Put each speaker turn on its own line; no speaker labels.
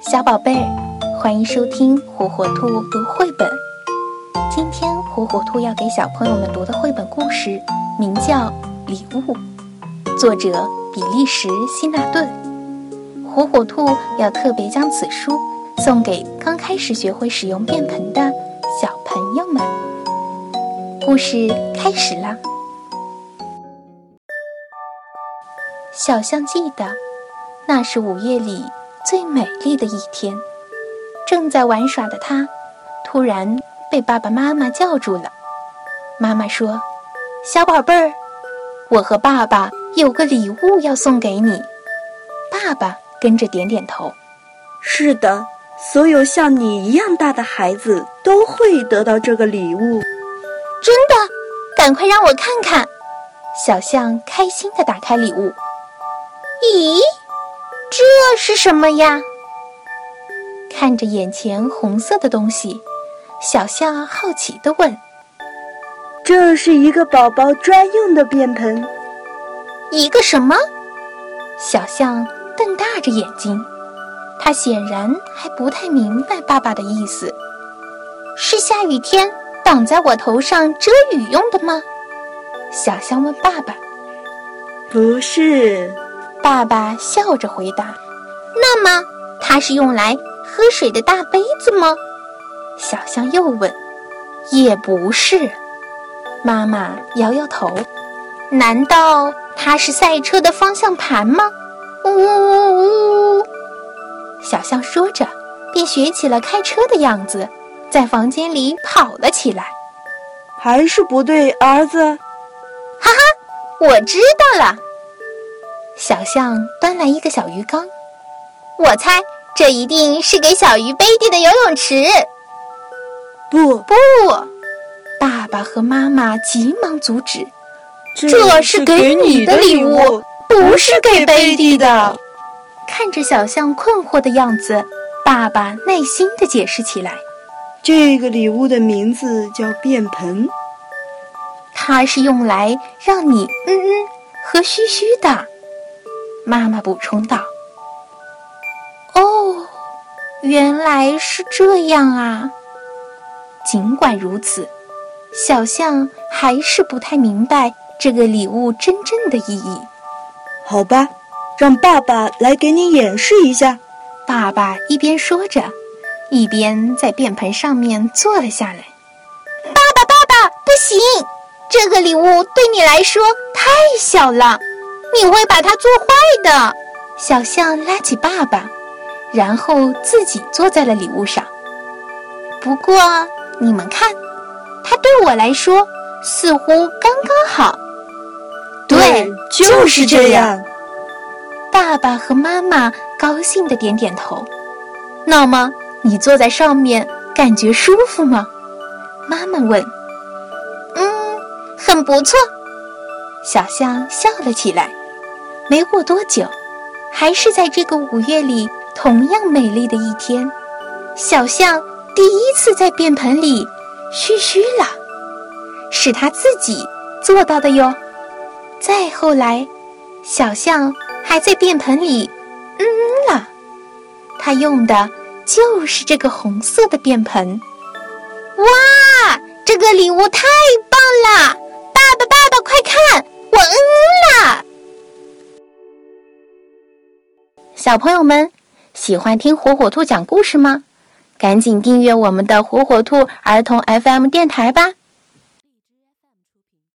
小宝贝儿，欢迎收听火火兔读绘本。今天火火兔要给小朋友们读的绘本故事名叫《礼物》，作者比利时希纳顿。火火兔要特别将此书送给刚开始学会使用便盆的小朋友们。故事开始啦！小象记得，那是午夜里。最美丽的一天，正在玩耍的他，突然被爸爸妈妈叫住了。妈妈说：“小宝贝儿，我和爸爸有个礼物要送给你。”爸爸跟着点点头：“
是的，所有像你一样大的孩子都会得到这个礼物。”
真的，赶快让我看看！小象开心地打开礼物。咦？这是什么呀？看着眼前红色的东西，小象好奇地问：“
这是一个宝宝专用的便盆。”
一个什么？小象瞪大着眼睛，它显然还不太明白爸爸的意思。是下雨天挡在我头上遮雨用的吗？小象问爸爸：“
不是。”
爸爸笑着回答：“那么，它是用来喝水的大杯子吗？”小象又问：“也不是。”妈妈摇摇头：“难道它是赛车的方向盘吗？”呜呜呜！小象说着，便学起了开车的样子，在房间里跑了起来。
还是不对，儿子！
哈哈，我知道了。小象端来一个小鱼缸，我猜这一定是给小鱼贝蒂的游泳池。
不
不，爸爸和妈妈急忙阻止，
这
是给
你
的
礼
物，不嗯是给贝蒂
的。
看着小象困惑的样子，爸爸耐心地解释起来：
这个礼物的名字叫便盆，
它是用来让你嗯嗯和嘘嘘的。妈妈补充道：“哦，原来是这样啊！”尽管如此，小象还是不太明白这个礼物真正的意义。
好吧，让爸爸来给你演示一下。
爸爸一边说着，一边在便盆上面坐了下来。“爸爸，爸爸，不行！这个礼物对你来说太小了。”你会把它做坏的。小象拉起爸爸，然后自己坐在了礼物上。不过你们看，它对我来说似乎刚刚好。对，就是这样。爸爸和妈妈高兴的点点头。那么你坐在上面感觉舒服吗？妈妈问。嗯，很不错。小象笑了起来。没过多久，还是在这个五月里同样美丽的一天，小象第一次在便盆里嘘嘘了，是它自己做到的哟。再后来，小象还在便盆里嗯嗯了，它用的就是这个红色的便盆。哇，这个礼物太棒啦！爸爸，爸爸，快看，我嗯嗯啦！小朋友们，喜欢听火火兔讲故事吗？赶紧订阅我们的火火兔儿童 FM 电台吧！